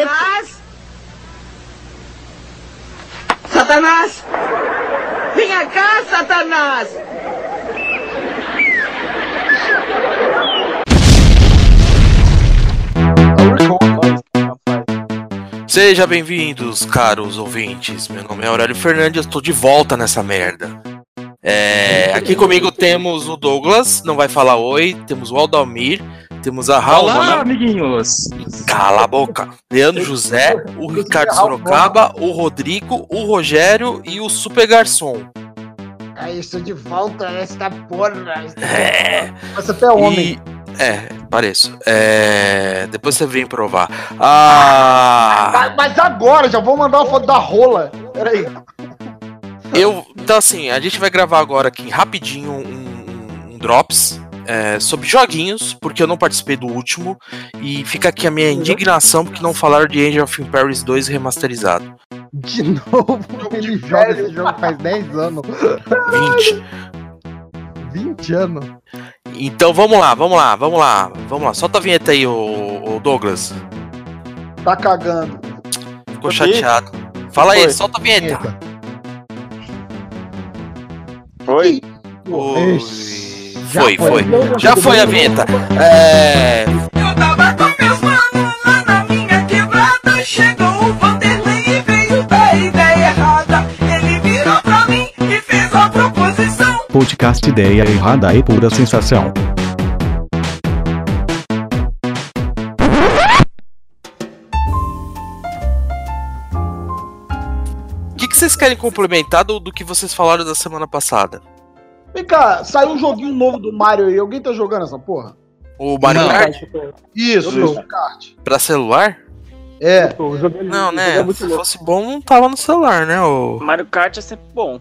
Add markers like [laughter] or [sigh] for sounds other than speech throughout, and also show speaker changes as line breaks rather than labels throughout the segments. Satanás! Satanás! Venha cá, Satanás!
Sejam bem-vindos, caros ouvintes. Meu nome é Aurélio Fernandes, estou de volta nessa merda. É, aqui comigo temos o Douglas, não vai falar oi, temos o Aldalmir, temos a Raul,
Olá,
né?
amiguinhos!
cala a boca, Leandro José, o Ricardo Sorocaba, o Rodrigo, o Rogério e o Super Garçom.
É isso de volta nesta porra.
É,
Você até é homem.
E- é, pareço. É, depois você vem provar. Ah,
Ah, mas agora, já vou mandar uma foto da rola. Peraí.
eu. Então, assim, a gente vai gravar agora aqui rapidinho um, um- um Drops. é, sobre joguinhos, porque eu não participei do último, e fica aqui a minha indignação porque não falaram de Angel of Paris 2 remasterizado.
De novo, ele joga esse jogo faz 10 anos.
20.
20 anos.
Então vamos lá, vamos lá, vamos lá, vamos lá. Solta a vinheta aí, ô, ô Douglas.
Tá cagando.
Ficou
Aqui?
chateado. Fala aí,
Foi.
solta a vinheta.
Oi?
Oi.
Ixi.
Foi,
Já foi.
foi. Já foi a vinheta. É.
Eu tava conversando lá na minha quebrada. Chegou o Vanderlei e veio da ideia errada. Ele virou pra mim e fez a proposição.
Podcast Ideia Errada e Pura Sensação.
O que, que vocês querem complementar do, do que vocês falaram da semana passada?
Vem cá, saiu um joguinho novo do Mario aí. Alguém tá jogando essa porra?
O Mario
Não.
Kart
Isso, isso.
pra celular?
É.
Não,
é
né? Se fosse bom, não tava no celular, né? ô?
Mario Kart é sempre bom.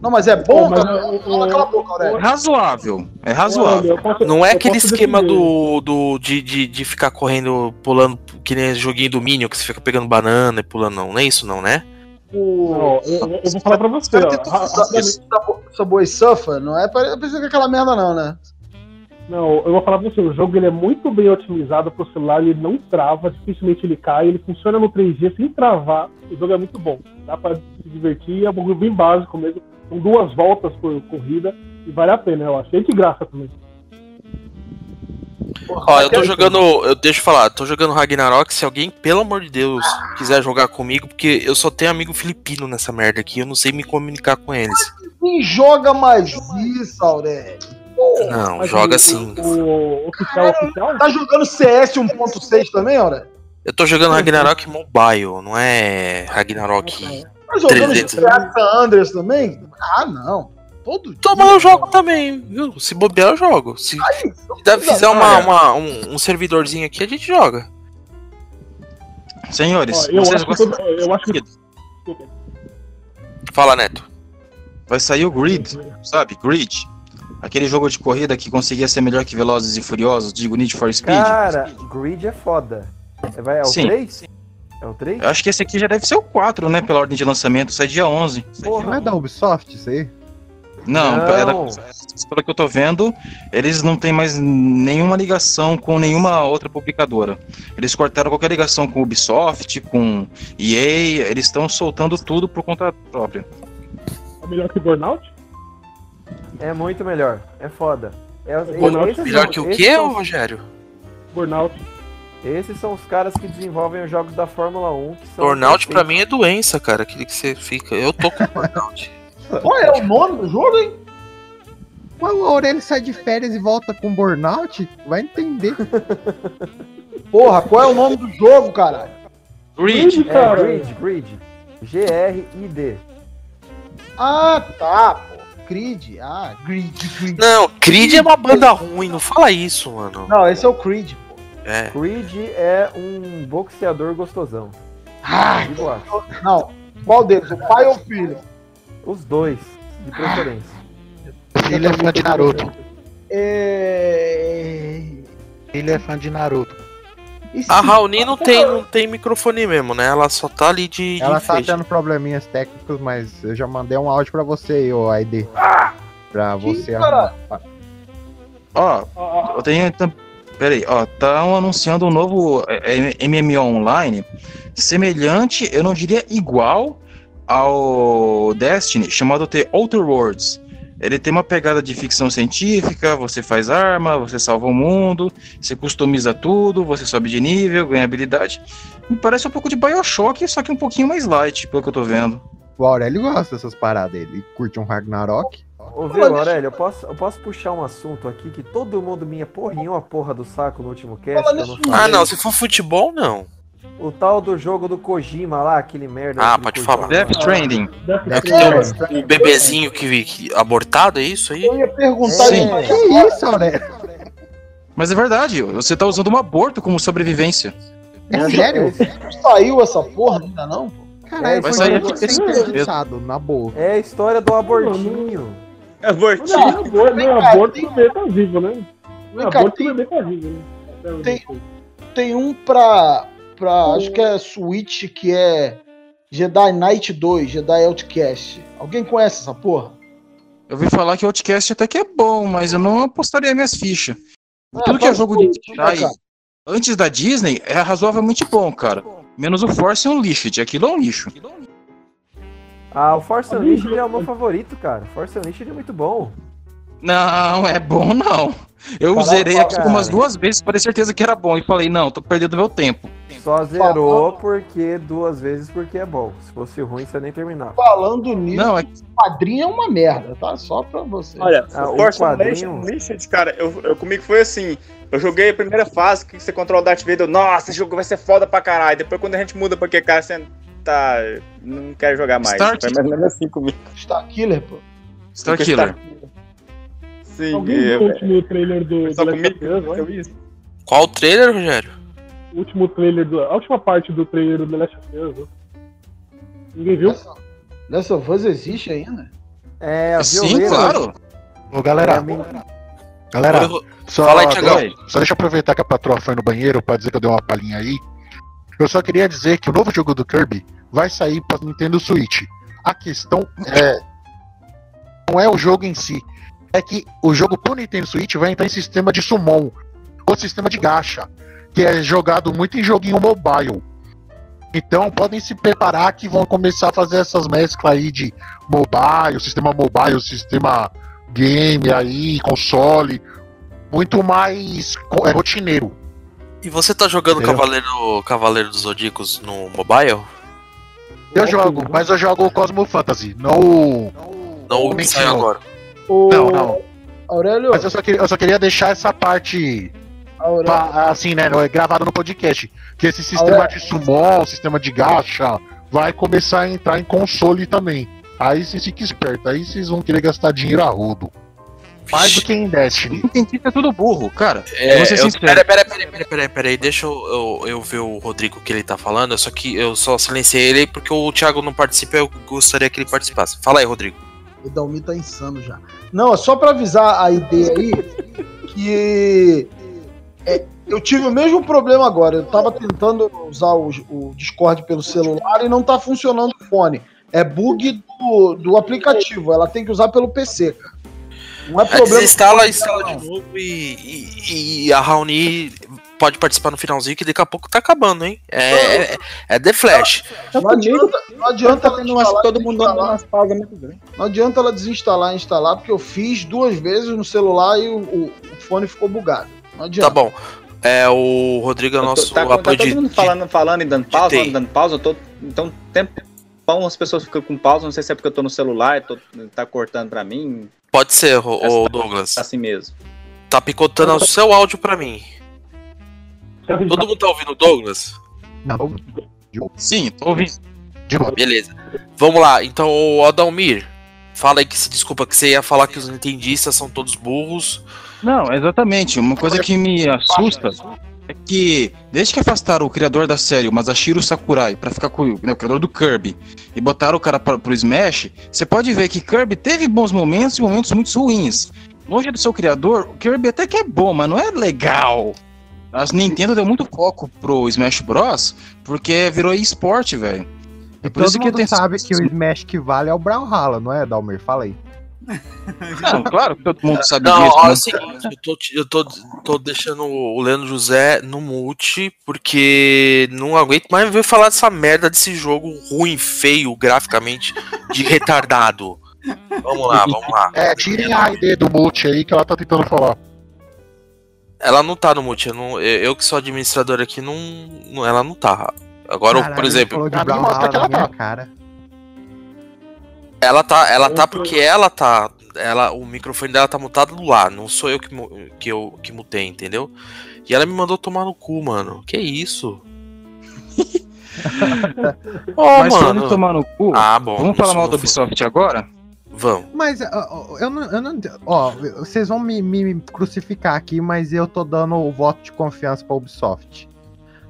Não, mas é
Pô,
bom,
mas
cara.
eu-
Fala,
eu-
cala a boca, Aurélio.
Razoável. É
Tá
Olha,
razoável.
eu
Tá
posso-
Não é
eu
aquele
posso
esquema
defender.
do, do de, de, de ficar correndo, pulando, que nem joguinho do Minion, que você fica pegando banana e pulando, não. Não é isso, não, né?
Ó, Eu eu vou falar pra você,
Cara,
ó.
tem
Ra-
tudo isso, isso, Subway- Subway Surfer, não é? Pare- Precisa que aquela merda, não, né?
Não, eu vou falar pra você, o jogo ele é muito bem otimizado pro celular, ele não trava, dificilmente ele cai, ele funciona no 3G sem travar. O jogo é muito bom. Dá pra se divertir, é um jogo bem básico mesmo. São duas voltas por corrida e vale a pena, eu achei de graça também.
Ó, eu tô jogando. Eu, deixa eu falar, tô jogando Ragnarok. Se alguém, pelo amor de Deus, quiser jogar comigo, porque eu só tenho amigo filipino nessa merda aqui, eu não sei me comunicar com eles.
Quem joga mais isso, Aurélio?
Não,
Mas
joga
o-
sim.
O oficial, oficial?
Tá jogando CS 1.6 também, Aurélio?
Eu tô jogando Ragnarok Mobile, não é Ragnarok.
Tá jogando
300.
Jack Anders também? Ah, não. Todo dia.
Toma, eu jogo também, viu? Se bobear, eu jogo. Se deve fizer uma, uma- um, um servidorzinho aqui, a gente joga.
Senhores,
Ó, eu
vocês
acho que
gostam
todo- eu acho que-
Fala, Neto.
Vai sair o Grid, sabe? Grid. Aquele jogo de corrida que conseguia ser melhor que Velozes e Furiosos, digo Need for Speed.
Cara, Grid é foda. É, vai, é o
Sim.
3? É o 3?
Eu acho que esse aqui já deve ser o 4, né? Pela ordem de lançamento, sai dia 11.
Porra.
é da Ubisoft isso aí?
é Não,
Não.
Pela, pelo que eu tô vendo, eles não têm mais nenhuma ligação com nenhuma outra publicadora. Eles cortaram qualquer ligação com Ubisoft, com EA, eles estão soltando tudo por conta própria.
É melhor que Burnout?
É muito melhor. É foda. É, os-
Pô, não,
esses
Melhor
são-
que o
esses
quê,
são
ô,
os-
Rogério?
Burnout.
Esses são os caras que desenvolvem os jogos da Fórmula 1. Que são
Burnout pra
perfeitos.
mim é doença, cara. Aquele que você fica. Eu tô com [laughs] burnout.
Qual é o nome do jogo, hein?
Quando o Aurélio sai de férias e volta com burnout, vai entender.
Porra, qual é o nome do jogo, caralho?
Grid,
É,
cara.
Grid, Grid. G-R-I-D.
Ah, tá, pô. Creed. Ah, Creed, Creed.
Não, Creed é uma banda ruim, não fala isso, mano.
Não, esse é o Creed, pô.
É.
Grid é um boxeador gostosão.
Ah,
De boa.
não. Qual deles? O pai ou o filho?
Os dois, de preferência.
Ele é fã de Naruto.
É...
Ele é fã de Naruto.
Esse-
A Raoni não tem, não tem microfone mesmo, né? Ela só tá ali de, de
Ela tá
enfeite.
tendo probleminhas técnicos, mas eu já mandei um áudio pra você aí, ô ID. Pra
Ah, Que
você
cara-
arrumar.
ó,
Ó, ó,
eu tenho tam- Peraí, ó, estão anunciando um novo é, é, MMO online, semelhante, eu não diria igual ao Destiny, chamado The Outer Worlds. Ele tem uma pegada de ficção científica, você faz arma, você salva o mundo, você customiza tudo, você sobe de nível, ganha habilidade. Me parece um pouco de Bioshock, só que um pouquinho mais light, pelo que eu tô vendo.
O Aurélio gosta dessas paradas, ele curte um Ragnarok.
Ô, viu, Aurélio, eu posso, eu posso puxar um assunto aqui que todo mundo minha porrinhou a porra do saco no último cast. que eu não
Ah,
falei.
não, se for futebol, Ah, não.
O tal do jogo do Kojima lá, aquele merda.
Ah,
aquele
pode
Kojima
falar.
lá.
Death Stranding.
É que tem o, o bebezinho que, que- abortado, é isso aí?
Eu ia perguntar
Sim.
demais.
Que isso, Aurélio?
Mas é verdade, você tá usando um aborto como sobrevivência.
É sério?
Não saiu essa porra ainda não? pô?
Caralho,
Vai
foi
sair
um
aqui
jogo sem
esse
ter
mesmo.
lançado, na boa.
É a história do abortinho.
Não, não é aborto, não é
Vem cá,
aborto
tem-
o bebê tá vivo, né? Não é
Vem cá,
aborto
tem-
o bebê tá vivo, né? Até
tem-
hoje.
Tem um pra, pra. Acho que é Switch, que é Jedi Knight 2, Jedi Outcast. Alguém conhece essa porra?
Eu ouvi falar que o Outcast até que é bom, mas eu não apostaria minhas fichas.
Ah,
Tudo que
tá
é jogo
um
de
bom, tá,
Jedi antes da Disney é razoavelmente bom, cara. Menos o Force Unleashed, aquilo é um lixo.
Ah, o Force Unleashed é o meu favorito, cara. Force Unleashed é muito bom.
Não, é bom não. Eu
Caraca,
zerei aqui
cara.
umas duas vezes para ter certeza que era bom e falei, não, tô perdendo meu tempo.
Só zerou porque duas vezes porque é bom. Se fosse ruim, você nem terminava.
Falando nisso,
Não, é
o quadrinho é uma merda, tá? Só pra você.
Olha,
Ah, o
o Force
quadrinho.
Unleashed, cara, eu, eu comigo foi assim. Eu joguei a primeira fase que você controla o Darth Vader. eu, Nossa, esse jogo vai ser foda pra caralho. Depois quando a gente muda pra QK, você tá. Não quero jogar mais.
Start.
Foi mais ou menos assim comigo.
Star Killer, pô.
Starkiller.
Sim,
Alguém
eu-
continua o trailer do,
só
do Last
comigo
of
que
Us, vai?
aconteceu isso.
Qual o trailer, Rogério?
O último trailer do. A última parte do trailer do The Last of Us. né? Ninguém viu?
Last of- Last of Us existe ainda?
É, a
Sim,
violeira.
claro.
Ô, galera, galera,
Eu-
só,
Fala aí, Thiagão.
Oi.
só deixa eu aproveitar que a patroa foi no banheiro pra dizer que eu dei uma palhinha aí. Eu só queria dizer que o novo jogo do Kirby vai sair pra Nintendo Switch. A questão é. Não é o jogo em si. É que o jogo pro Nintendo Switch vai entrar em sistema de summon, ou sistema de gacha, que é jogado muito em joguinho mobile. Então podem se preparar que vão começar a fazer essas mesclas aí de mobile, sistema mobile, sistema game aí, console, muito mais co- é, rotineiro.
E você tá jogando
Entendeu?
Cavaleiro, Cavaleiro dos Zodíacos no mobile?
Eu jogo, mas eu jogo o Cosmo Fantasy, não o.
Não,
Como é que
saiu
chama?
agora.
Ô,
Não, não.
Aurélio,
Mas eu só queria, eu só queria deixar essa parte
Aurélio,
pa- assim, né? não é Gravada no podcast. Que esse sistema de summon, sistema de gacha, vai começar a entrar em console também. Aí vocês fiquem espertos, aí vocês vão querer gastar dinheiro a rodo. Mais do que em Destiny.
Entendi que é tudo burro, cara.
É,
Eu vou ser
eu,
sincero.
peraí, peraí, peraí, peraí, peraí, peraí, deixa eu, eu, eu ver o Rodrigo que ele tá falando, eu só que eu só silenciei ele porque o Thiago não participa, eu gostaria que ele participasse. Fala aí, Rodrigo.
Ah.
o Dalmi tá insano já. Não, é só pra avisar a ideia aí que é, eu tive o mesmo problema agora. Eu tava tentando usar o, o Discord pelo celular e não tá funcionando o fone. É bug do, do aplicativo, ela tem que usar pelo PC, cara. Não é
É,
problema.
desinstala, instala de novo e, e- e a Raoni pode participar no finalzinho que daqui a pouco tá acabando, hein? É, é, é The Flash.
Não adianta, não adianta ela instalar,
todo mundo dando
instalar.
umas pausas muito grandes.
Não adianta ela desinstalar e instalar, porque eu fiz duas vezes no celular e o, o- o fone ficou bugado. Não
Tá
adianta.
bom. É, o Rodrigo é nosso
tá, tá
apoio de,
todo mundo
de-
falando, falando e dando pausa,
TI.
dando pausa. eu tô- então, tempão as pessoas ficam com pausa. Não sei se é porque eu tô no celular, tô- tá cortando pra mim.
Pode ser, o,
Essa-
Douglas.
Tá assim mesmo.
Tá picotando o seu áudio pra mim.
[laughs]
Todo mundo tá ouvindo o Douglas?
Não,
Sim, tô ouvindo.
de novo.
Beleza. Vamos lá, então, o Adalmir. Fala aí que se desculpa que você ia falar que os nintendistas são todos burros.
Não, exatamente. Uma coisa que me assusta é que, desde que afastaram o criador da série, o Masashiro Sakurai, pra ficar com né, o criador do Kirby, e botaram o cara pra, pro Smash, você pode ver que Kirby teve bons momentos e momentos muito ruins. Longe do seu criador, o Kirby até que é bom, mas não é legal. As Nintendo deu muito foco pro Smash Bros, porque virou esporte, velho.
E
por
todo
isso que
mundo
tem-
sabe que o Smash que vale é o Brawlhalla, não é, Dalmer? Fala aí.
Não, claro que todo mundo sabe
Não,
disso.
ó, é
né?
o seguinte, eu, tô, te- eu tô, tô deixando o Leandro José no mute, porque não aguento mais ver falar dessa merda desse jogo ruim, feio, graficamente, de retardado. Vamos lá, vamos lá.
É, tirem a ID do Mute aí que ela tá tentando falar.
Ela não tá no mute, eu, não- eu- eu que sou administrador aqui, não, não- ela não tá. Agora,
Caralho,
por
ele
exemplo,
falou de
tá
né? Brawlhalla na minha cara.
ela tá, ela tá porque ela tá, ela, o microfone dela tá mutado lá, não sou eu que, mu- que eu que mutei, entendeu? E ela me mandou tomar no cu, mano. Que isso? Ó,
Mas
mano.
falando em tomar no cu,
Ah, bom.
vamos falar mal do Ubisoft agora?
Vamos.
Mas ó, ó, eu não, eu não. Ó, vocês vão me, me crucificar aqui, mas eu tô dando o voto de confiança pra Ubisoft.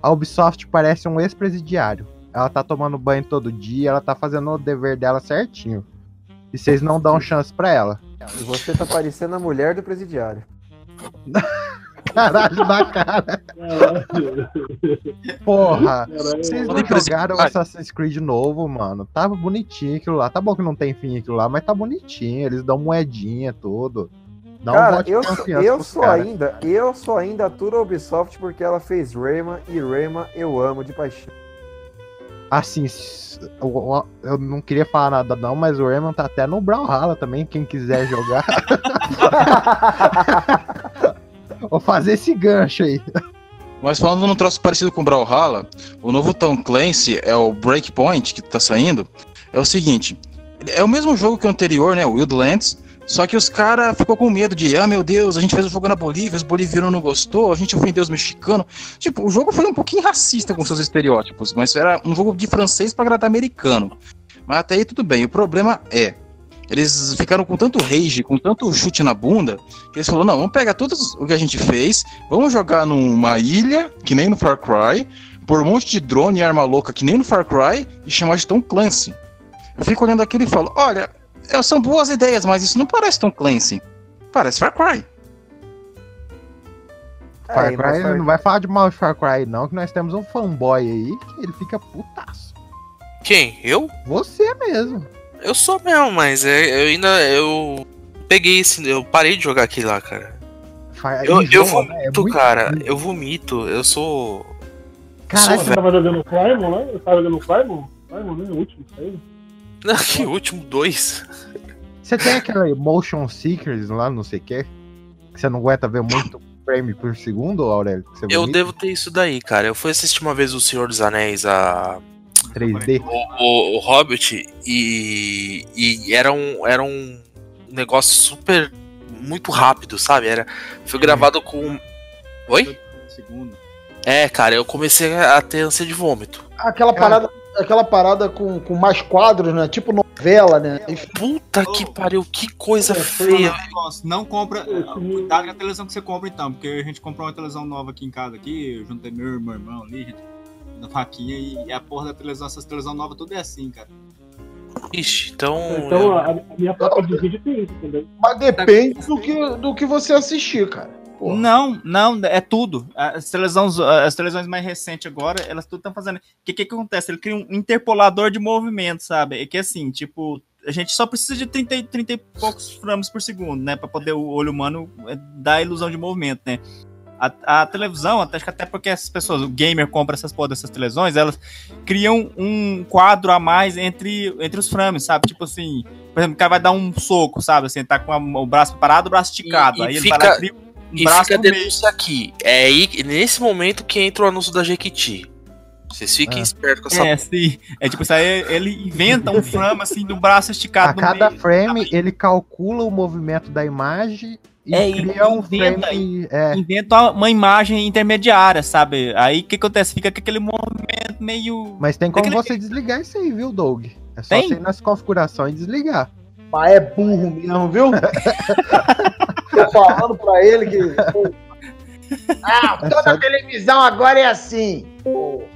A Ubisoft parece um ex-presidiário. Ela tá tomando banho todo dia, ela tá fazendo o dever dela certinho. E vocês não dão chance pra ela.
E você tá parecendo a mulher do presidiário.
[laughs] Caralho da cara.
é,
Porra,
Caralho.
vocês
Olha
é.
não
que presi-
jogaram o
Vai.
Assassin's Creed novo, mano. Tava bonitinho aquilo lá. Tá bom que não tem fim aquilo lá, mas tá bonitinho. Eles dão moedinha, tudo. Dá um
cara,
voto de
eu, sou-
confiança
eu
pros
sou
cara.
ainda, eu sou ainda aturo a Ubisoft porque ela fez Rayman e Rayman eu amo de paixão.
Assim, s- eu, eu- eu não queria falar nada não, mas o Rayman tá até no Brawlhalla também, quem quiser
[laughs]
jogar. Vou fazer esse gancho aí.
Mas falando num troço parecido com o Brawlhalla, o novo Tom Clancy é o Breakpoint que tá saindo. É o seguinte, é o mesmo jogo que o anterior, né, o Wildlands, só que os caras ficou com medo de, ah, meu Deus, a gente fez o jogo na Bolívia, os bolivianos não gostou, a gente ofendeu os mexicanos. Tipo, o jogo foi um pouquinho racista com seus estereótipos, mas era um jogo de francês pra agradar americano. Mas até aí tudo bem. O problema é, eles ficaram com tanto rage, com tanto chute na bunda, que eles falaram, não, vamos pegar tudo o que a gente fez, vamos jogar numa ilha, que nem no Far Cry, por um monte de drone e arma louca, que nem no Far Cry, e chamar de Tom Clancy. Eu fico olhando aquilo e falo, olha, é, são boas ideias, mas isso não parece Tom Clancy. Parece Far Cry.
Far
É, mas
Cry,
Far-
não vai falar de mal de Far Cry não, que nós temos um fanboy aí que ele fica putaço.
Quem? Eu?
Você mesmo.
Eu sou mesmo, mas é- eu ainda. Eu peguei esse. Eu parei de jogar aquele lá, cara.
Fa-
Eu, eu
enjoa,
vomito,
né? É muito-
cara. Eu vomito. Eu sou. [laughs]
Caralho,
sou
você
velho.
tava jogando Climbon, né? Você tava jogando Climbon? Climbon, né? O último, que saiu.
Não, que último dois.
Você tem aquela Motion Seekers lá, não sei o que, que você não aguenta ver muito frame por segundo, Aurélio? que você
Eu
vomita?
devo ter isso daí, cara. Eu fui assistir uma vez o Senhor dos Anéis, a.
3D.
O, o Hobbit, e. E era um, era um negócio super. Muito rápido, sabe? Era, foi gravado com. um Oi?
Segundo.
É, cara, eu comecei a ter ânsia de vômito.
Aquela parada, aquela parada com, com mais quadros, né? Tipo novela, né?
Puta que pariu, que coisa
Mano,
feia.
um negócio, não compra. Cuidado com a televisão que você compra, então, porque a gente comprou uma televisão nova aqui em casa aqui, eu juntei meu e meu irmão ali, gente, na faquinha, e, e a porra da televisão, essas televisão novas, tudo é assim, cara.
Ixi, então.
Então a, a minha placa de vídeo tem isso também.
Mas depende
Tá
do que, do que você assistir, cara.
Não, não, é tudo. As televisões, as televisões mais recentes agora, elas tudo estão fazendo. O que, que que acontece? Ele cria um interpolador de movimento, sabe? É que assim, tipo, a gente só precisa de 30, e- 30 e poucos frames por segundo, né? Pra poder o olho humano eh, dar a ilusão de movimento, né? A, a televisão, até, acho que até porque essas pessoas, o gamer compra essas porra dessas televisões, elas criam um quadro a mais entre, entre os frames, sabe? Tipo assim, por exemplo, o cara vai dar um soco, sabe? Assim, tá com a- o braço parado, o braço esticado.
E- e
aí ele vai
fica-
lá e cria um
E
braço
fica a
no meio.
denúncia aqui. É aí, nesse momento que entra o anúncio da Jequiti. Vocês fiquem espertos com essa.
É, sim. É tipo, isso aí ele inventa um frame assim do braço esticado
A
no
cada
meio.
frame, ele calcula o movimento da imagem e
É, e
cria um
inventa,
frame. É,
Inventa uma imagem intermediária, sabe? Aí o que acontece? Fica com aquele movimento meio.
mas tem como
Aquele-
você desligar isso aí, viu, Doug? É só
Tem?
você ir nas configurações e desligar.
Mas é burro mesmo, [laughs] viu? Tô falando pra ele que. Ah, toda televisão agora é assim.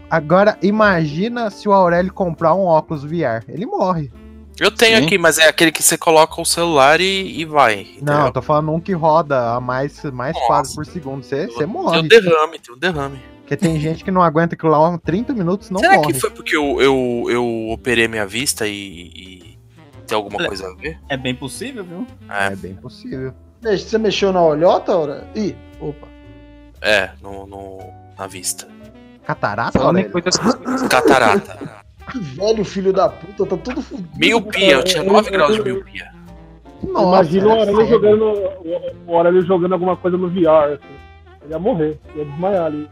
Agora, imagina se o Aurélio comprar um óculos VR. Ele morre.
Eu tenho
Sim.
aqui, mas é aquele que você coloca o celular e, e vai.
Não, eu tô falando um que roda a mais, mais quadros por segundo. Você, você
Tem um
morre.
derrame, tem um derrame.
Porque tem gente que não aguenta aquilo lá 30 minutos e não
Será
morre.
que foi porque eu, eu, eu operei minha vista e, e ter alguma coisa a ver?
É bem possível, viu?
É,
bem possível.
Você mexeu na olhota, Aura? Ih, opa.
É, no, no- na vista.
Catarata,
Falando em
Aurélio?
Catarata.
Que velho filho da puta, tá todo fudido.
Miopia, eu tinha 9 graus de miopia.
Imagina o
era
Aurélio,
sério.
jogando, o- o Aurélio jogando alguma coisa no VR. assim. Ele ia morrer, ia desmaiar ali.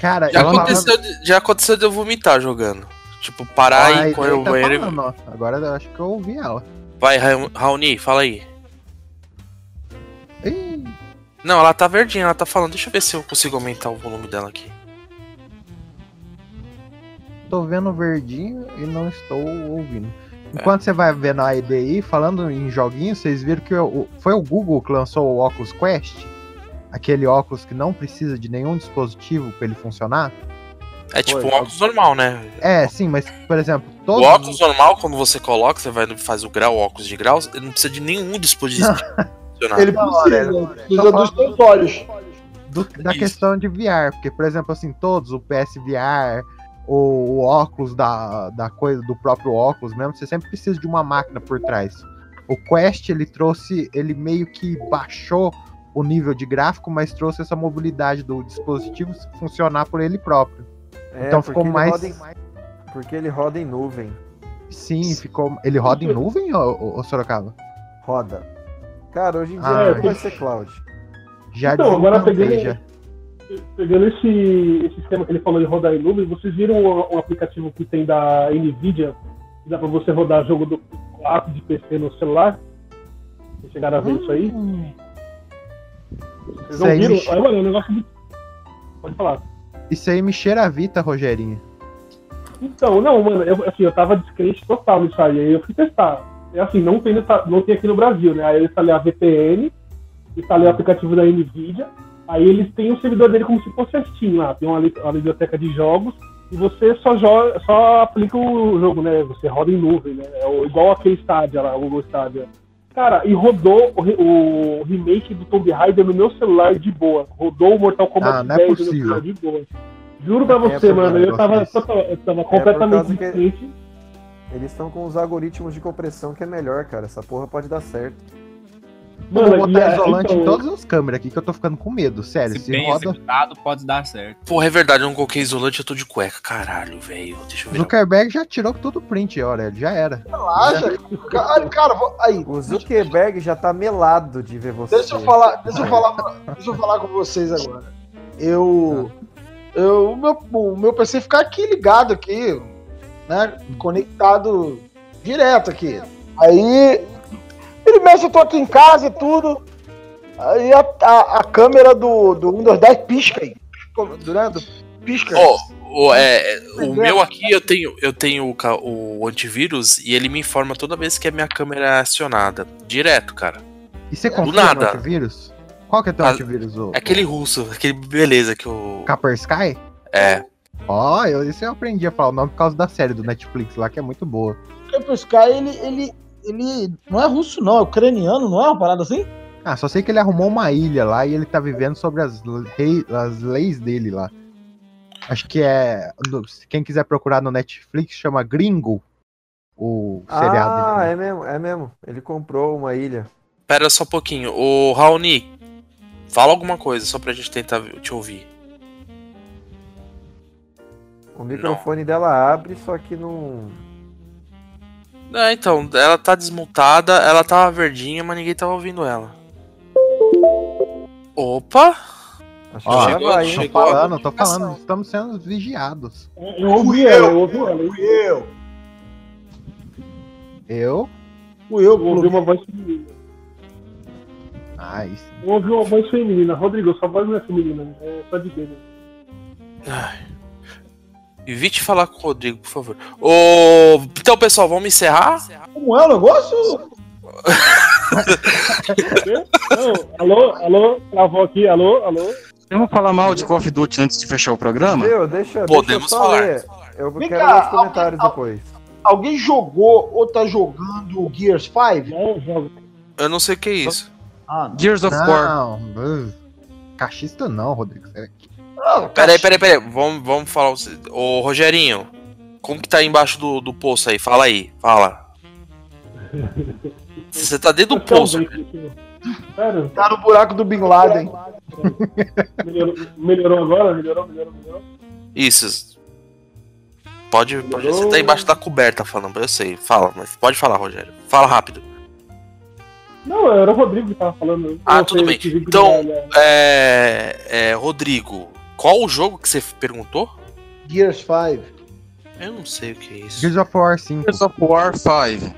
Cara,
Já
eu tava-
aconteceu, de, já aconteceu de eu vomitar jogando. Tipo, parar
Ah,
e
ele
correr ao
tá
banheiro. e-
falando, ó. Agora eu acho que eu ouvi ela.
Vai, Ra- Raoni, fala aí.
Ih.
Não, ela tá verdinha, ela tá falando. Deixa eu ver se eu consigo aumentar o volume dela aqui.
Tô vendo verdinho e não estou ouvindo. Enquanto você vai vendo a IDI, falando em joguinhos, vocês viram que o- o- foi o Google que lançou o Oculus Quest? Aquele óculos que não precisa de nenhum dispositivo pra ele funcionar?
É tipo um óculos normal, né?
É, sim, mas, por exemplo,
O
todos
óculos normal, quando você coloca, você vai, faz o grau, o óculos de graus, ele não precisa de nenhum dispositivo. funcionar.
Ele precisa,
Então,
precisa dos teus olhos.
do- da questão de VR, porque, por exemplo, assim, todos, o PSVR, o, o óculos da, da coisa, do próprio óculos mesmo, você sempre precisa de uma máquina por trás. O Quest, ele trouxe, ele meio que baixou o nível de gráfico, mas trouxe essa mobilidade do dispositivo funcionar por ele próprio.
É,
então
porque
ficou
ele
mais.
roda em- Porque ele roda em nuvem.
Sim, ficou. Ele roda em nuvem, ô, ô Sorocaba?
Roda. Cara, hoje em dia
Ah,
tudo vai ser cloud.
Já
Então, agora
desencantei,
pegando-
já.
Pegando esse, esse esquema que ele falou de rodar em nuvem, vocês viram o, o aplicativo que tem da NVIDIA? Que dá pra você rodar jogo do app de PC no celular? Vocês chegaram a ver isso aí? Vocês não
Isso aí
viram?
me-
Olha, mano, é um negócio de... Pode falar.
Isso aí me cheira a Vita, Rogerinho.
Então, não, mano, eu, assim, eu tava descrente total nisso aí, aí eu fui testar. É assim, não tem, nessa- não tem aqui no Brasil, né? Aí eu instalei a VPN, instalei o aplicativo da NVIDIA, aí eles têm o servidor dele como se fosse a Steam lá, tem uma, li- uma biblioteca de jogos, e você só, jo- só aplica o jogo, né? Você roda em nuvem, né? É o- igual aquele estádio lá, o Google Stadia. Cara, e rodou o, re- o remake do Tomb Raider no meu celular de boa. Rodou o Mortal Kombat
Ah, não é
10 no meu
possível. é
celular de boa. Juro pra você,
porque
mano,
o
eu
negócio
um
tava,
desse-
total- eu tava
É, por
completamente
causa que-
descrente.
Eles estão com os algoritmos de compressão que é melhor, cara. Essa porra pode dar certo.
Eu vou botar
é
isolante em
então-
todas as câmeras aqui que eu tô ficando com medo, sério. Se,
bem
roda.
executado, pode dar certo.
Porra, é verdade, eu não coloquei isolante, eu tô de cueca. Caralho, velho. Deixa eu ver.
Zuckerberg já tirou todo o print, Aurélio, já era.
Relaxa. Cara, cara, vou- aí.
O Zuckerberg já tá melado de ver você.
Deixa eu falar, deixa eu falar, pra- deixa eu falar com vocês agora. Eu, eu, o meu, o meu PC ficar aqui ligado aqui, né, conectado direto aqui. Aí, ele mexe, eu tô aqui em casa e tudo. Aí a, a- a câmera do, do Windows 10 pisca aí. Do, né, do- pisca.
Ó, o, é, é, o meu aqui eu tenho, eu tenho o, ca- o antivírus e ele me informa toda vez que a minha câmera é acionada. Direto, cara.
E você
Do
confia no
nada.
antivírus? Qual que é teu
Ah,
antivírus? O
É aquele russo, aquele beleza que o.
Copper Sky?
É.
Ó, eu, isso eu aprendi a falar o nome por causa da série do Netflix lá, que é muito boa.
Copper Sky, ele, ele, ele não é russo não, é ucraniano, não é uma parada assim?
Ah, só sei que ele arrumou uma ilha lá e ele tá vivendo sobre as, rei- as leis dele lá. Acho que é. no- se Quem quiser procurar no Netflix chama Gringo. O seriado.
Ah, é mesmo, é mesmo. Ele comprou uma ilha.
Pera só um pouquinho. O Raoni, fala alguma coisa só pra gente tentar te ouvir.
O microfone dela abre, só que não.
É, então, ela tá desmutada, ela tava verdinha, mas ninguém tava ouvindo ela. Opa!
Acho
Ó,
Chegou-
tô
chegou a
falando, tô
comunicação.
falando, estamos sendo vigiados.
Eu ouvi ela, eu ouvi ela. Fui
eu.
Eu?
Fui eu,
ouvi uma voz feminina.
Ah, isso.
Eu ouvi uma voz feminina. Rodrigo, sua voz não é feminina, é só de dele.
Evite falar com o Rodrigo, por favor. Ô, então, pessoal, vamos encerrar?
Como é o negócio?
Não, alô, alô, travou aqui, alô, alô.
Vamos falar mal de Call of Duty antes de fechar o programa?
Meu, deixa,
Podemos
deixa eu só
falar.
ler. Eu
Vem
quero
cá,
ler os comentários
alguém-
depois.
Alguém jogou ou tá jogando o Gears 5?
Não, jogo.
Eu não sei o que é isso.
Ah, não.
Gears of War.
Não, uh, cachista não, Rodrigo. É que-
Ah,
Peraí,
tá
peraí, peraí. Vamos, vamos falar. o se- Ô, Rogerinho, como que tá aí embaixo do, do poço aí? Fala aí, fala. Você tá dentro do poço. velho.
Sério?
Tá no buraco do Bin Laden.
Melhorou, melhorou agora? Melhorou, melhorou, melhorou.
Isso. Pode, pode. Você tá embaixo da coberta falando, eu sei. Fala, mas pode falar, Rogério. Fala rápido.
Não, era o Rodrigo que tava falando.
Ah, tudo bem. Então,
né?
é, é, Rodrigo, qual o jogo que você perguntou?
Gears 5.
Eu não sei o que é isso.
Gears of War 5.
Gears of War 5.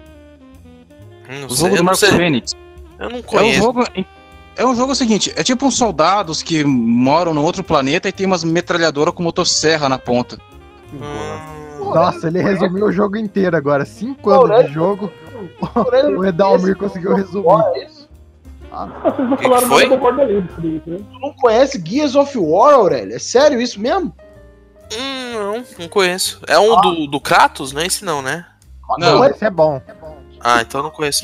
Eu não
O
sei.
jogo
Eu
do
não,
Marco
sei.
Fênix.
eu não
É um
conheço.
jogo. É um jogo seguinte, é tipo uns soldados que moram no outro planeta e tem umas metralhadoras com motosserra na ponta.
Hum,
Nossa, ele resumiu o jogo inteiro agora. Cinco anos de jogo. [laughs] O Edalmir conseguiu resumir.
Vocês não falaram
Que que
nada
foi?
do Borda Livre, né?
Tu não conhece Gears of War, Aurélio? É sério isso mesmo?
Hum, não, não conheço. É um do, do Kratos? Não é esse não, né?
Não.
Não, esse é bom.
Ah, então eu não conheço.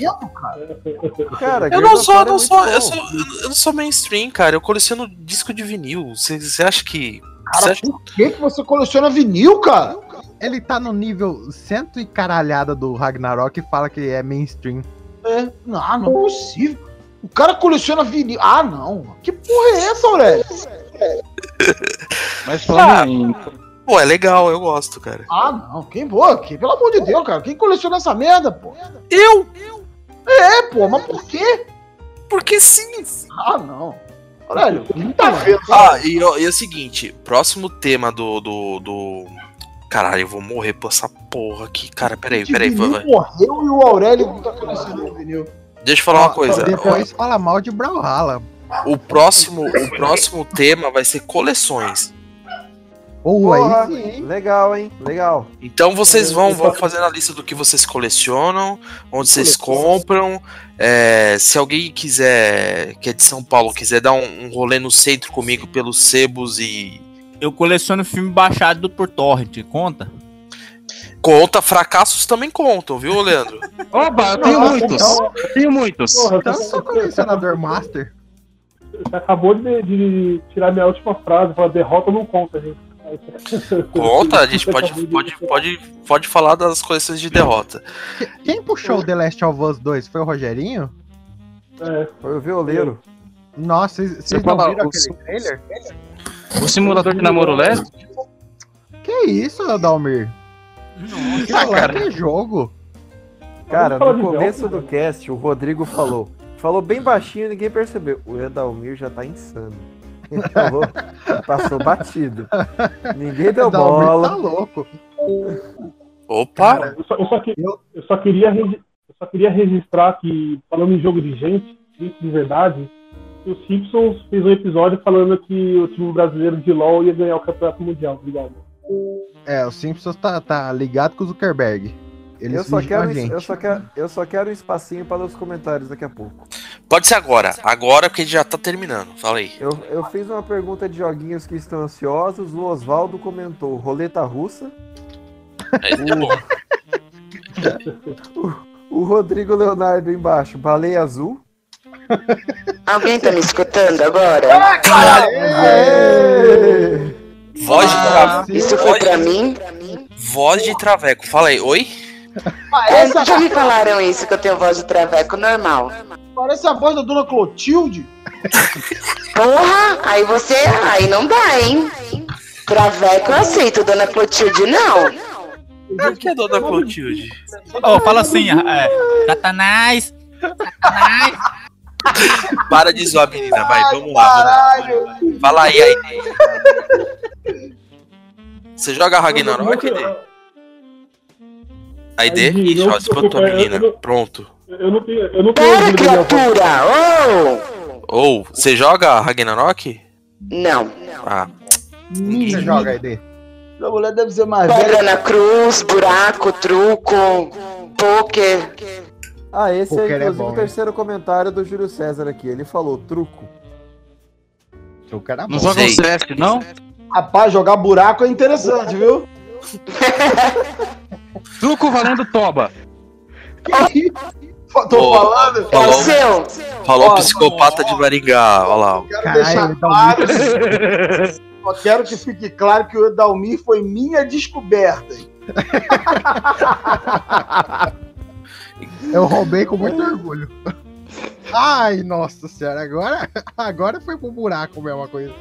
Cara,
Eu
Gears
não
of
sou,
War é
não
muito
sou,
bom.
eu sou, eu não sou mainstream, cara. Eu coleciono disco de vinil. Você você acha que. Você
Cara,
acha...
por que, que você coleciona vinil, cara?
Ele tá no nível cento e caralhada do Ragnarok e fala que é mainstream.
É, não, não é possível. O cara coleciona vinil. Ah, não. Que porra é essa, Aurélio?
Mas falando
Ah.
em.
Pô, é legal, eu gosto, cara.
Ah, não. Quem boa? Que, pelo amor de Deus, cara. Quem coleciona essa merda, pô?
Eu?
É, pô, mas por quê?
Porque sim.
Ah, não. Aurélio, não tá vendo.
Ah, e, ó, e é o seguinte: próximo tema do. do, do... Caralho, eu vou morrer por essa porra aqui. Cara, peraí,
De
peraí.
vinil
vai- vai.
morreu e o Aurélio não tá colecionando vinil.
Deixa eu falar
Ah,
uma coisa.
Depois fala mal de Brawlhalla.
O próximo, o próximo tema vai ser coleções. um
Ou é
Porra,
aí sim, hein?
legal, hein? Legal.
Então vocês vão, vão fazendo a lista do que vocês colecionam, onde vocês compram. É, se alguém quiser, que é de São Paulo, quiser dar um, um rolê no centro comigo pelos sebos e.
Eu coleciono filme baixado por torrent, conta?
Conta, fracassos também contam, viu, Leandro?
Opa, eu tenho Ah, muitos!
então-
Eu tenho muitos!
Porra, tá
Então eu
você-
sou colecionador master.
Você acabou de, de tirar minha última frase, falar derrota não conta, gente.
Conta, a gente pode, pode, pode, pode falar das coleções de derrota.
Quem puxou o The Last of Us 2? Foi o Rogerinho?
É,
Foi o violeiro.
Nossa, vocês- vocês não
é
fala
viram
os-
aquele trailer?
O simulador de namoro leve?
Que isso, Adalmir?
Ah,
Fala,
cara.
Que jogo?
Cara,
falar
no
de
começo
Belga,
do cast, o Rodrigo falou. Falou bem baixinho, ninguém percebeu. O Edalmir já tá insano. Ele falou, passou batido. Ninguém deu
Adalmir tá
bola.
louco.
Opa!
Eu só, eu só que- eu só queria, regi- eu só queria registrar que, falando em jogo de gente, gente de verdade, que o Simpsons fez um episódio falando que o time brasileiro de LoL ia ganhar o campeonato mundial, obrigado.
É, o Simpsons tá, tá ligado com o Zuckerberg. Eles
Eu só,
fingem
quero, um
a gente.
eu, só quero, eu só quero um espacinho para os comentários daqui a pouco.
Pode ser agora. Agora, porque já tá terminando. Fala aí.
Eu, eu fiz uma pergunta de joguinhos que estão ansiosos. O Oswaldo comentou roleta russa.
É, tá bom.
O Rodrigo Leonardo embaixo, baleia azul.
Alguém tá me escutando agora?
É.
Aê!
[laughs] Voz de traveco.
Ah, Isso foi pra mim?
Voz de traveco. Fala aí. Oi?
É, já me falaram isso que eu tenho voz de traveco normal.
Parece a voz da dona Clotilde.
Porra, aí você. Aí não dá, hein? Traveco eu aceito, dona Clotilde, não.
O que é dona Clotilde?
Ô, fala assim, é, Satanás! Satanás!
Para de zoar, menina. Vai, vamos lá. Vamos lá. Fala aí, aí. Você joga Ragnarok,
Eu-
ID?
Aí,
Aí, D? Ixi,
não
ó,
se
espantou a
preocupe, eu-
menina.
eu-
Pronto.
Eu, eu não tenho. Eu não tenho
Pera,
ouvido minha voz.
criatura! Oh!
Ou, você joga Ragnarok?
Não.
Ah,
Ninguém
Ninguém
joga ID.
A mulher deve ser mais velha.
Pedra na cruz, buraco, truco, pôquer.
Ah, esse é
Poker é
inclusive
bom,
o terceiro comentário do Júlio César aqui. Ele falou truco.
O cara é bom.
Não joga o
Sei.
CF, não?
Rapaz, jogar buraco é
[laughs]
interessante, viu?
Truco valendo toba!
Que isso? Tô
Ô,
falando.
É o
Falou.
seu?
falou
Ó,
psicopata de Maringá. Olha lá. ó.
Quero
Caralho,
deixar
[laughs]
Dalmir.
claro. Só quero que fique claro que o Edalmir foi minha descoberta.
Eu roubei com muito orgulho. [laughs] Ai, nossa senhora, agora, agora foi pro buraco mesmo a coisa.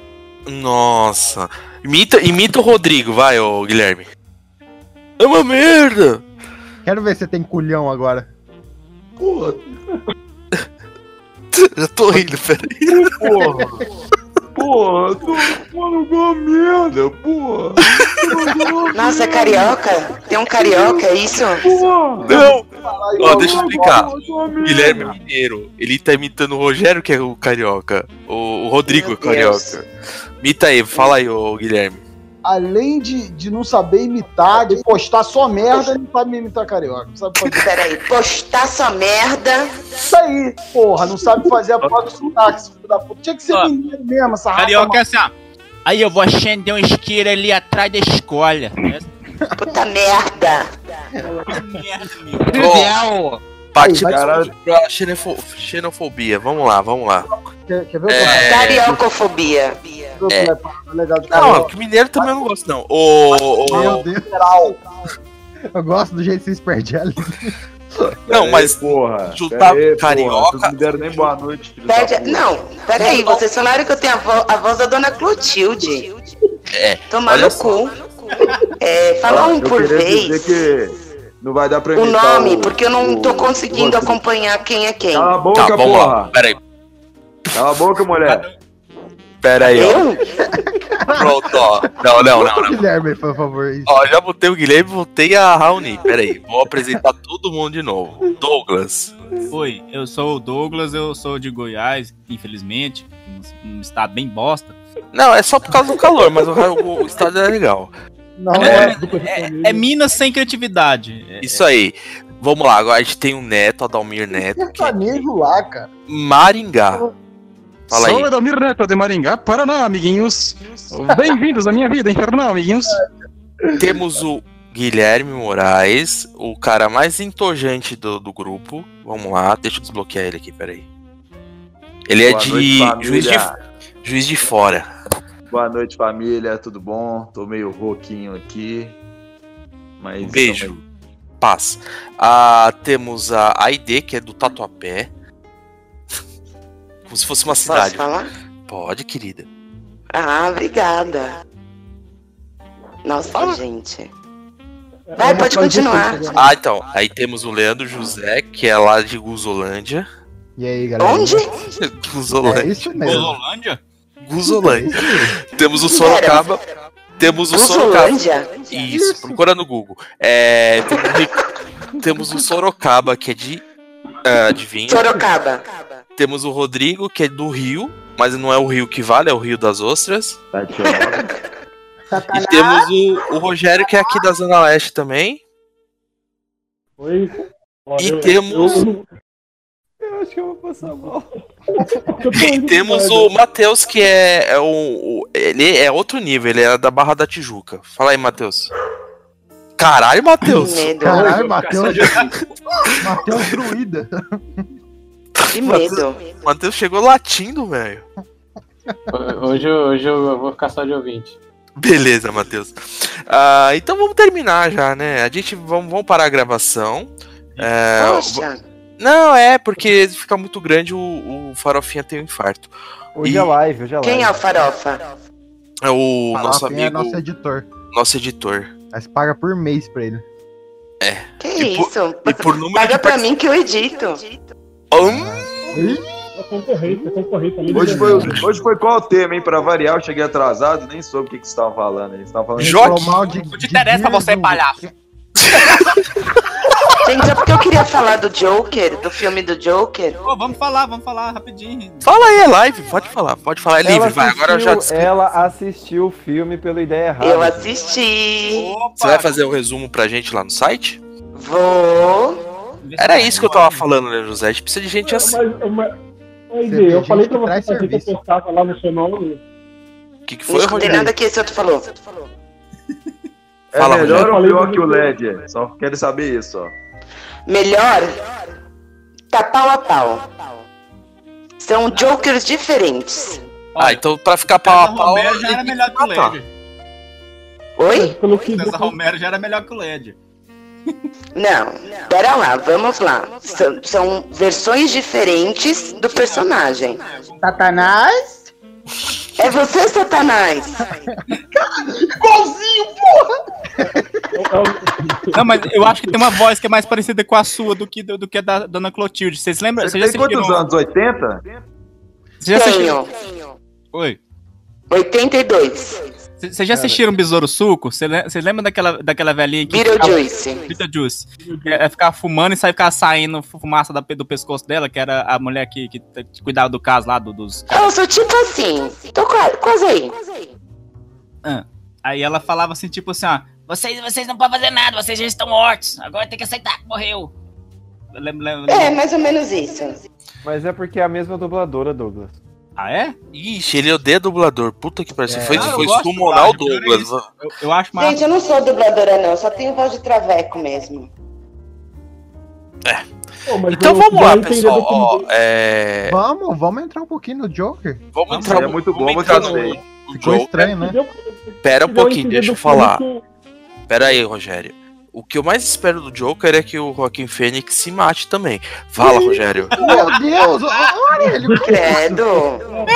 Nossa. Imita, imita o Rodrigo, vai, ô Guilherme. É uma merda!
Quero ver se tem culhão agora.
Porra. [laughs] Eu tô rindo, peraí.
Porra. Porra, tu mano, uma merda, porra.
Nossa, é carioca? Tem um carioca, é isso?
Não! Ó, deixa eu explicar. Guilherme Mineiro, ele tá imitando o Rogério, que é o carioca. O, o Rodrigo é carioca. Imita aí, fala aí, ô Guilherme.
Além de, de não saber imitar, de postar só merda, ele não sabe imitar carioca. Não sabe fazer.
Peraí, postar sua merda.
Isso aí, porra, não sabe fazer a prova do sotaque, filho da puta. Tinha que ser
Ó,
mineiro mesmo, essa raça.
Carioca é assim, ó. Aí eu vou acender um isqueiro ali atrás da escola.
Hum.
Puta merda.
Ó, Parte caralho pra xenofo- xenofobia. Vamos lá, vamos lá.
Quer, quer ver?
É.
Cariocofobia.
o
É.
que é legal de
Não,
carioca?
que mineiro também eu não gosto, não. Ô, ô,
Meu
ô,
Deus. Eu gosto do jeito que vocês perdem ali.
Não, mas
É, porra, pera
juntar
aí, porra,
carioca-
vocês não deram nem boa noite, filho da
Pede...
puta.
Não, peraí, vocês falaram que eu tenho a, vo- a voz da dona Clotilde.
É.
Tomar
olha
no cu. É, fala um
Eu
por
queria
vez.
dizer que não vai dar pra
O
imitar
nome,
o-
porque eu não tô
o-
conseguindo
o-
acompanhar quem é quem.
Cala a boca,
Tá, vamos
porra.
lá, peraí.
Cala a boca, mulher.
Pera aí, ó. Pronto, ó. Não, não, não, não.
Guilherme, por favor.
Ó, já botei o Guilherme, botei a Raoni. Pera aí, vou apresentar todo mundo de novo. Douglas.
Oi, eu sou o Douglas, eu sou de Goiás, infelizmente, um, um estado bem bosta.
Não, é só por causa do calor, mas o, o, o estado é legal.
Não,
é, é- é Minas sem criatividade. É-
Isso aí. Vamos lá, agora a gente tem o Neto, Adalmir Neto. é
Sertanejo lá, cara.
Maringá. Fala aí.
Salve, Adalmir Neto de Maringá, Paraná, amiguinhos. Bem-vindos à minha vida infernal, amiguinhos.
Temos o Guilherme Moraes, o cara mais entojante do, do grupo. Vamos lá, deixa eu desbloquear ele aqui, peraí. Ele é
Boa
de,
noite, família.
juiz de Juiz de Fora.
Boa noite, família. Tudo bom? Tô meio rouquinho aqui. Mas
Um beijo. Paz. Ah, temos a Aide, que é do Tatuapé. [laughs] Como se fosse uma cidade.
falar?
Pode, querida.
Ah, obrigada. Nossa, gente. Vai, pode continuar.
Ah, então. Aí temos o Leandro José, que é lá de Guzolândia. [laughs]
E aí, galera?
Onde?
Guzolândia.
É isso mesmo.
Guzolândia?
Guzolândia. Temos o Sorocaba. Temos o Sorocaba.
Guzolândia?
Isso, procura no Google. É, temos o Ric- temos o Sorocaba, que é de. ah, de vinho.
Sorocaba.
Temos o Rodrigo, que é do Rio, mas não é o Rio que vale, é o Rio das Ostras. E temos o, o Rogério, que é aqui da Zona Leste também.
Oi. Olha,
E
eu-
temos-
eu-
Eu acho que eu vou passar mal.
E temos o Matheus, que é, é o, o- Ele é outro nível, ele é da Barra da Tijuca. Fala aí, Matheus. Caralho, Matheus!
Caralho, Matheus. [laughs] Matheus Druida.
Que
medo. Matheus chegou latindo, velho.
Hoje, eu- hoje eu vou ficar só de ouvinte.
Beleza, Matheus. Ah, então vamos terminar já, né? A gente vamos, vamos parar a gravação. É,
Poxa.
Não, é, porque fica muito grande, o, o Farofinha tem um infarto.
Hoje
E
é live, hoje é live.
Quem é o farofa?
é o nosso
Rafinha é
amigo,
nosso editor.
nosso editor.
Mas paga por mês pra ele.
Que isso?
E por número
Paga
de
pra mim que eu edito.
É concorrente, é concorrente. amigo
Hoje
do
foi,
Leandro.
hoje foi qual o tema, hein? Pra variar, eu cheguei atrasado, nem soube o que, que vocês estavam falando. Eles estavam falando
Joque.
Não te interessa pra você, palhaço.
Gente, é porque eu queria falar do Joker, do filme do Joker.
Ô, vamos falar, vamos falar rapidinho.
Fala aí, é live, pode falar, pode falar, é livre,
Ela
vai, agora eu já
assistiu- Ela assistiu o filme pela ideia errada.
Eu assisti.
Você vai fazer o resumo pra gente lá no site?
Vou.
Era isso que eu tava falando, né, José? A gente precisa de gente assim.
Mas, mas, mas,
Você
Dê,
vê
eu
gente
falei
que
pra você
traz
fazer que eu
serviço.
postava lá no seu nome.
O que, que
Não
foi,
escutei nada
Rogério?
que esse outro falou.
É
Fala,
melhor
Rogério.
ou pior que o LED?
é.
Só quero saber isso, ó.
Melhor tá pau a pau. São jokers diferentes.
Ah, então pra ficar pau a pau.
Romero já era
Ah, tá.
melhor que o LED.
Oi?
César Romero já era melhor que o LED.
Não, pera lá, vamos lá. São, são versões diferentes do personagem.
Satanás?
É você, Satanás?
Igualzinho, porra!
Não, mas eu acho que tem uma voz que é mais parecida com a sua do que, do que a da Dona Clotilde. Vocês lembram?
Você
Vocês já
tem
assistiram-
quantos anos? 80?
Vocês já assistiram?
Tenho.
Oi.
82.
C- Vocês já assistiram Besouro Suco? Você le- Vocês lembram daquela, daquela velhinha que.
Beetlejuice.
Beetlejuice. É, é ficar fumando e sair ficar saindo fumaça da pe- do pescoço dela, que era a mulher que, que t- que cuidava do caso lá do- dos.
Eu sou tipo assim, tô qua- quase aí.
Ah. Aí ela falava assim, tipo assim, ó.
Vocês, vocês não podem fazer nada, vocês já estão mortos. Agora tem que aceitar que morreu.
eu lembro- lembro-
É, mais ou menos isso.
Mas é porque é a mesma dubladora, Douglas.
Ah, é?
Ixi, ele odeia dublador. Puta que pariu.
É.
Foi,
Ah, eu
foi
gosto
sumonar o
do Rádio,
Douglas.
Então
Eu, eu acho mais.
Gente, eu não sou dubladora, não, só tenho voz de traveco mesmo.
Então
Douglas,
vamos lá,
dá a entender
pessoal.
do que
Ó, é...
Vamos, vamos entrar um pouquinho no Joker.
Vamos entrar
é muito bom,
vamos
muito
entrar no-
gostei.
no
Ficou
jogo.
[laughs]
estranho, né?
Pera um
Deu a
pouquinho,
entender
deixa eu
do filme
falar.
que-
Pera aí, Rogério. O que eu mais espero do Joker é que o Joaquim Fênix se mate também. Fala,
[laughs]
Rogério.
Meu Deus, olha ele.
Credo.
Vou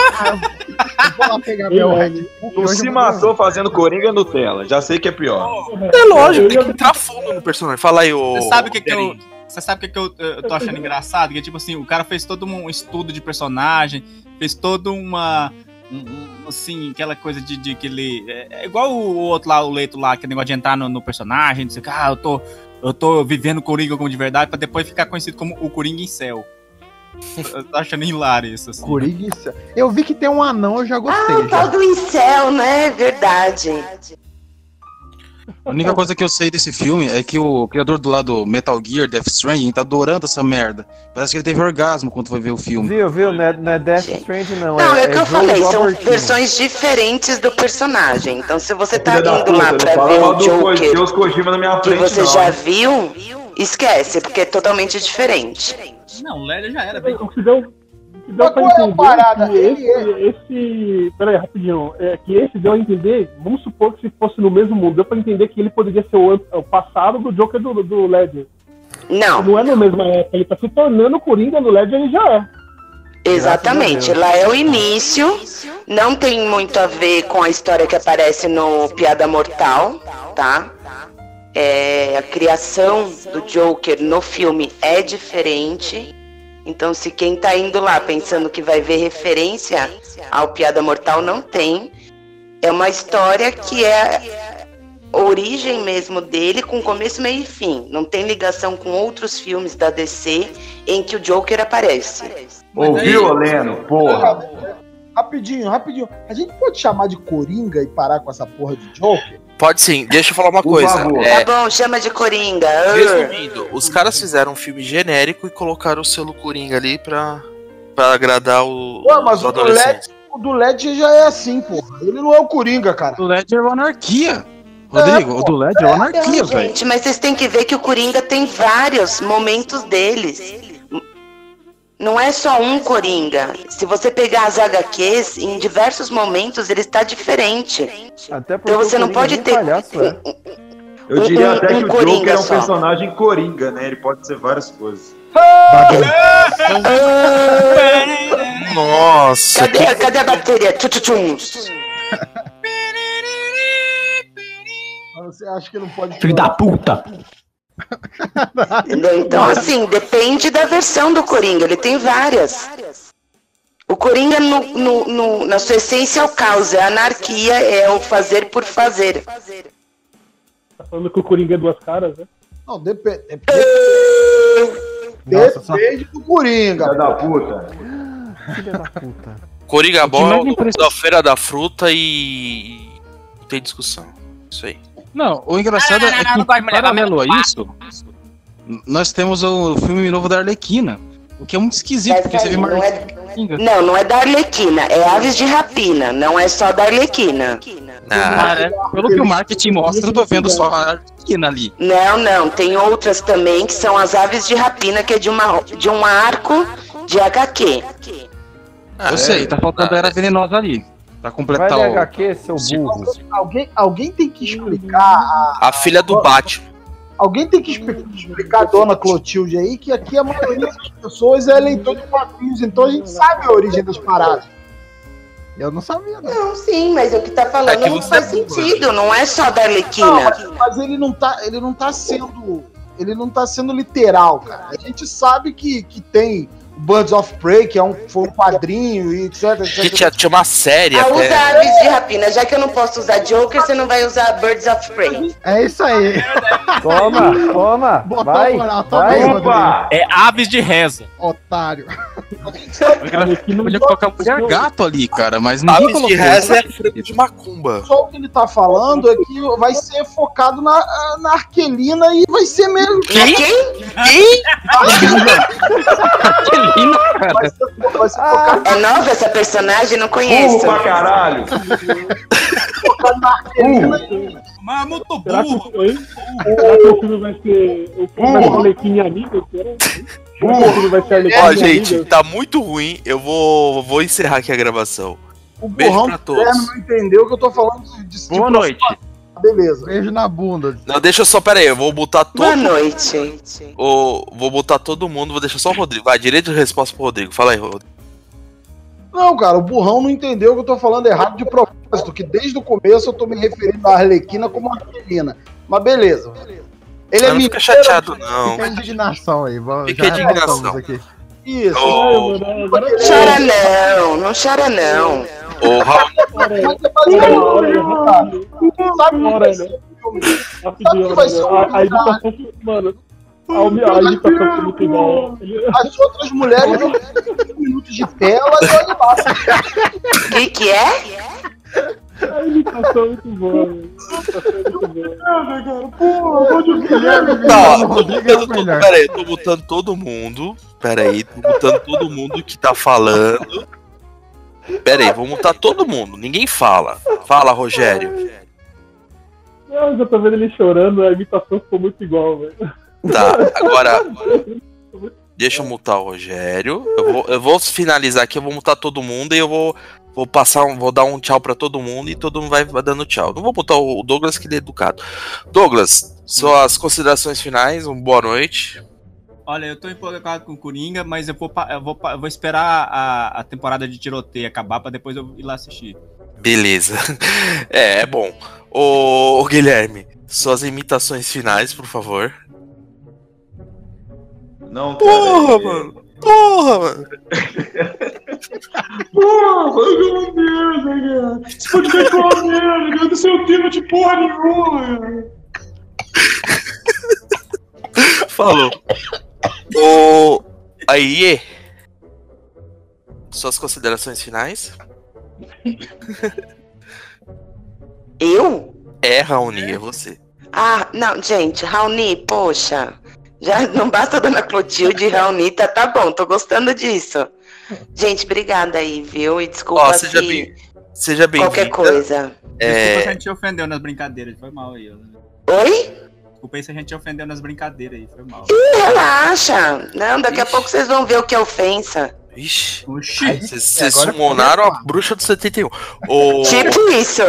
lá pegar
Eu-
meu Red Bull,
Não
hoje
se
eu vou-
matou fazendo Coringa Nutella. Já sei que é pior.
É lógico, tem que entrar fogo no personagem. Fala aí, ô.
Você sabe o que, que eu. Você sabe o que, que eu, eu tô achando engraçado? Que tipo assim, o cara fez todo um estudo de personagem, fez toda uma. um- um, assim, aquela coisa de, de que ele. É, é igual o, outro lá, o leito lá, que negócio de entrar no, no personagem, não sei o que, ah, eu tô. Eu tô vivendo o Coringa como de verdade, pra depois ficar conhecido como o Coringa em céu. Eu tô achando hilário isso, assim.
Coringa e Céu. Eu vi que tem um anão, eu já gostei.
Ah, O tal do incel, né? Verdade.
A única coisa que eu sei desse filme é que o criador do lado Metal Gear, Death Stranding, tá adorando essa merda. Parece que ele teve orgasmo quando foi ver o filme.
Viu, viu? Não é, não é Death Strand, não.
Hum. Não, é o
é
que eu
jogo
falei,
do
são
abortinho.
versões diferentes do personagem. Então, se você tá
Filha da
indo lá
puta,
pra
não
ver
fala
o
mal do Ko-
Joker
Deus Kojima na minha
que
frente,
você
não.
já viu, esquece, porque é totalmente diferente.
Não, o Lélio já era bem.
O que deu, o que deu pra
qual é a
entender
parada?
que esse, esse... Peraí, rapidinho. É, que esse deu a entender, vamos supor que se fosse no mesmo mundo, deu pra entender que ele poderia ser o, an- o passado do Joker do, do Ledger.
Não.
Não é na mesma época, ele tá se tornando o Coringa do Ledger, ele já é.
Exatamente, lá é o início, não tem muito a ver com a história que aparece no Piada Mortal, tá? É, a criação do Joker no filme é diferente, então se quem tá indo lá pensando que vai ver referência ao Piada Mortal, não tem. É uma história que é a origem mesmo dele, com começo, meio e fim. Não tem ligação com outros filmes da DC em que o Joker aparece.
Ouviu, Leno? Porra.
Rapidinho, rapidinho. A gente pode chamar de Coringa e parar com essa porra de Joker?
Pode sim, deixa eu falar uma coisa. É,
Tá bom, chama de Coringa.
Resumindo, os caras fizeram um filme genérico e colocaram o selo Coringa ali pra, pra agradar o,
Ué, mas
os
o do,
adolescentes.
Led, o do Led já é assim, porra. Ele não é o Coringa, cara. O
Led é uma anarquia.
Rodrigo,
o do Led é uma anarquia,
Não,
velho.
gente, mas vocês têm que ver que o Coringa tem vários momentos deles. Não é só um Coringa. Se você pegar as HQs, em diversos momentos ele está diferente.
Até
Então você não pode
um
ter.
é.
um
Eu diria até que o Joker é um
só.
personagem coringa, né? Ele pode ser várias coisas.
Nossa.
Cadê, cadê a bateria? Tchutchum.
Você acha que não pode.
Filho da puta!
Entendeu? Então, assim, depende da versão do Coringa. Ele tem várias. O Coringa, no, no- no- na sua essência, é o caos, é a anarquia, é o fazer por fazer.
Tá falando que o Coringa é duas caras, né?
Não, depende. Depende, depende do Coringa. Filha
da puta.
Coringa
mais me
Ball, da Feira da Fruta e. Não tem discussão. Isso aí.
Não, o engraçado
Não, não, não,
é
não,
que
não gosto de mulher,
paralelo a
não, não.
isso, nós temos o filme novo da Arlequina, o que é muito esquisito, porque você vê uma
não, é, não, não é da Arlequina, é Aves de Rapina, não é só da Arlequina.
é Ah,
Cara, pelo que o marketing mostra, eu tô vendo só a Arlequina ali.
Não, não, tem outras também que são as Aves de Rapina, que é de, uma, de um arco de HQ.
Ah, é.
eu sei, tá faltando a Era Venenosa ali, pra completar
Vai ler
o...
HQ,
seu
Alguém, alguém tem que explicar a,
A filha do Batman.
Alguém tem que expli- explicar a dona Clotilde aí que aqui a maioria das pessoas é leitor de quadrinhos, então a gente sabe a origem das paradas.
Eu não sabia,
Não, sim, mas o que tá falando
É
não faz sentido, não é só da
Não,
né?
Arlequina.
mas- mas ele não tá, ele não tá sendo, ele não tá sendo literal, cara. A gente sabe que, que tem Birds of Prey, que é um, foi um quadrinho e etc,
Que
etc.
tinha, tinha uma série
Ah,
até.
usa aves de rapina, já que eu não posso usar Joker, você não vai usar Birds of Prey.
É isso aí.
Toma, toma. vai, vai.
É aves de reza.
tá Otário.
Podia colocar mulher gato ali, cara, mas
Aves
ninguém colocou. [laughs]
de reza é
de macumba.
Só o que ele tá falando é que vai ser focado na, na Arquelina e vai ser mesmo.
Quem?
Quem?
Ah.
Arlequina,
cara.
É nova essa personagem, não conheço.
Burro pra caralho.
Mas é muito
Será que, o- hein? Será que o filme vai ser. O filme vai ser Arlequinha Amiga? Será? Será que o filme vai ser Arlequinha
Ó,
Amiga?
gente, tá muito ruim. Eu vou, vou encerrar aqui a gravação.
O
Beijo
burrão
pra
interno
todos.
não entendeu o que eu tô falando de- de
Boa
Tipo,
de-
noite.
Beleza.
Beijo na bunda.
Não, deixa eu só, pera aí, eu vou botar todo.
Boa noite.
O- vou botar todo mundo, vou deixar só o Rodrigo. Vai, direito de resposta pro Rodrigo. Fala aí, Rodrigo.
Não, cara, o burrão não entendeu o que eu tô falando errado de propósito, que desde o começo eu tô me referindo à Arlequina como Arlequina. Mas beleza. Ele
Ah,
é
não fica
mineiro.
chateado,
[laughs]
não.
Fica a indignação aí. Vamos,
Fica a
já
indignação.
voltamos Aqui.
Isso.
Ô,
Chora não, não chora não.
ô, Raul, tá.
é Sabe o que vai
um
ser? Sabe o que vai ser?
A, a imitação foi- Mano, a, humi- a imitação foi
[laughs]
muito igual.
As outras mulheres não têm 5 minutos de tela e olha lá.
O que, que é?
A imitação é muito boa. mano. é
Não, tô
é
é
botando todo, pera aí, tô botando todo mundo. Pera aí, tô botando todo mundo que tá falando. Pera aí, vou mutar todo mundo. Ninguém fala. Fala, Rogério.
Não, eu já tô vendo ele chorando, a imitação ficou muito igual, velho.
Tá, agora. Deixa eu mutar o Rogério. Eu vou, eu vou finalizar aqui, eu vou mutar todo mundo e eu vou, vou passar, um, vou dar um tchau pra todo mundo e todo mundo vai vai dando tchau. Não vou botar o Douglas que ele é educado. Douglas, suas considerações finais, uma boa noite.
Olha, eu tô empolgado com o Coringa, mas eu vou, pa- eu vou, pa- eu vou esperar a, a temporada de tiroteio acabar pra depois eu ir lá assistir.
Beleza. [laughs] É, é bom. Ô, ô, Guilherme, suas imitações finais, por favor.
Não, cara,
Porra,
é-
mano. Porra, mano.
Porra, eu não merda, cara. Esse podcast é uma merda, cara. Não sei o tema de porra nenhuma, cara.
Falou. Ô, aí. Suas considerações finais?
Eu?
É, Raoni, é você.
Ah, não, gente, Raoni, poxa. Já não basta a dona Clotilde e Raoni, tá, tá bom, tô gostando disso. Gente, obrigada aí, viu? E desculpa
Ó,
se
seja bem. Seja bem
qualquer coisa.
Desculpa se a
É,
gente te ofendeu nas brincadeiras, foi mal aí.
Oi?
Desculpa aí se a gente te ofendeu nas brincadeiras aí, foi mal.
Ih, relaxa. Não, daqui a pouco vocês vão ver o que é ofensa.
Ixi.
Oxi.
Vocês vocês sumonaram a bruxa do
[laughs]
71.
É.
Ô,
Tipo isso.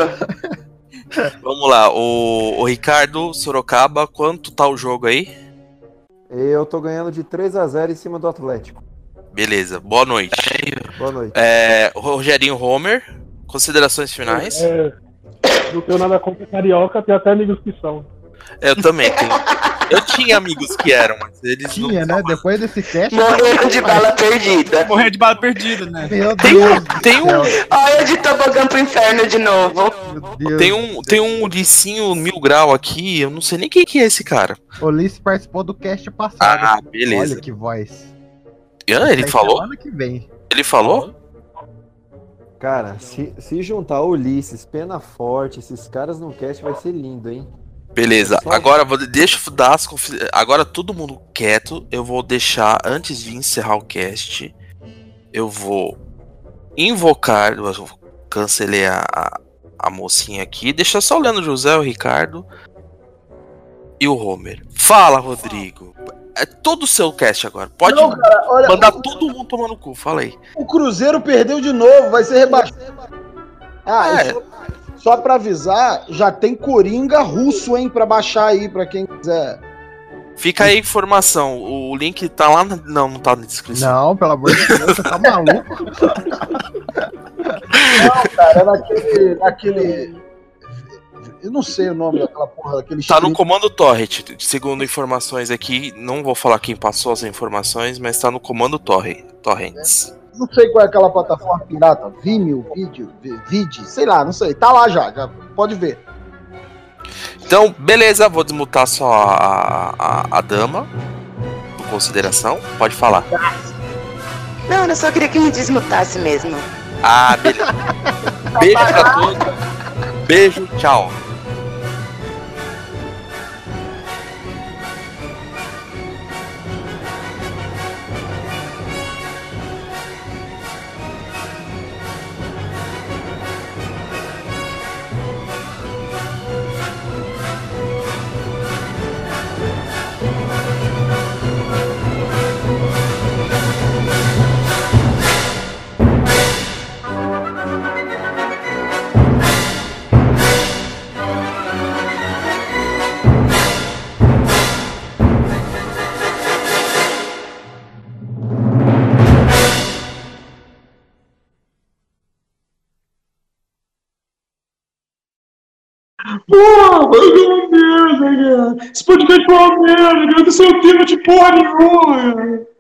vamos lá, o, o Ricardo Sorocaba, quanto tá o jogo aí?
Eu tô ganhando de 3 a 0 em cima do Atlético.
Beleza, boa noite.
Boa noite.
É, Rogerinho Homer, considerações finais?
É, não tenho nada contra carioca, tem até amigos que são.
Eu também tenho. Eu tinha amigos que eram, mas eles
Tinha, né? Depois desse cast.
Morreram de bala perdida.
Morreram de bala perdida, né?
Meu
Tem
Deus.
um, tem um,
Olha de tobogã pro inferno de novo.
tem um, tem um licinho mil grau aqui, eu não sei nem quem que é esse cara.
O Ulisses participou do cast passado.
Ah, beleza.
Olha tá que voz.
Ah, ele
Aí
falou?
Semana que vem.
Ele falou?
Cara, se, se juntar Ulisses, Pena Forte, esses caras no cast vai ser lindo, hein?
Beleza, agora vou, deixa eu dar as confi- Agora todo mundo quieto. Eu vou deixar, antes de encerrar o cast, eu vou invocar. Eu vou- cancelei a, a, a mocinha aqui. Deixa só o Leandro José, o Ricardo e o Homer. Fala, Rodrigo. É todo o seu cast agora. Pode
Não, cara, olha-
mandar todo mundo tomar no cu. Fala aí.
O Cruzeiro perdeu de novo, vai ser rebaixado. Ah,
É.
e só, só pra avisar, já tem Coringa russo, hein, pra baixar aí, pra quem quiser.
Fica aí a informação. O link tá lá na... Não, não tá na descrição.
Não, pelo amor de Deus, você tá maluco?
Não, cara, é naquele, naquele. Eu não sei o nome daquela porra, daquele
Tá no comando torrent, segundo informações aqui. Não vou falar quem passou as informações, mas tá no comando torre, torrents.
Não sei qual é aquela plataforma pirata. Vimeo, vídeo, vi- vide, sei lá, não sei. Tá lá já, já pode ver.
Então, beleza, vou desmutar só a, a, a dama. Por consideração, pode falar.
Não, eu só queria que me desmutasse mesmo.
Ah, beleza. Beijo pra todos. Beijo, tchau.
Porra, mas é uma merda, cara. Esse podcast foi uma merda, cara. Eu não sei o que, não de porra nenhuma, cara.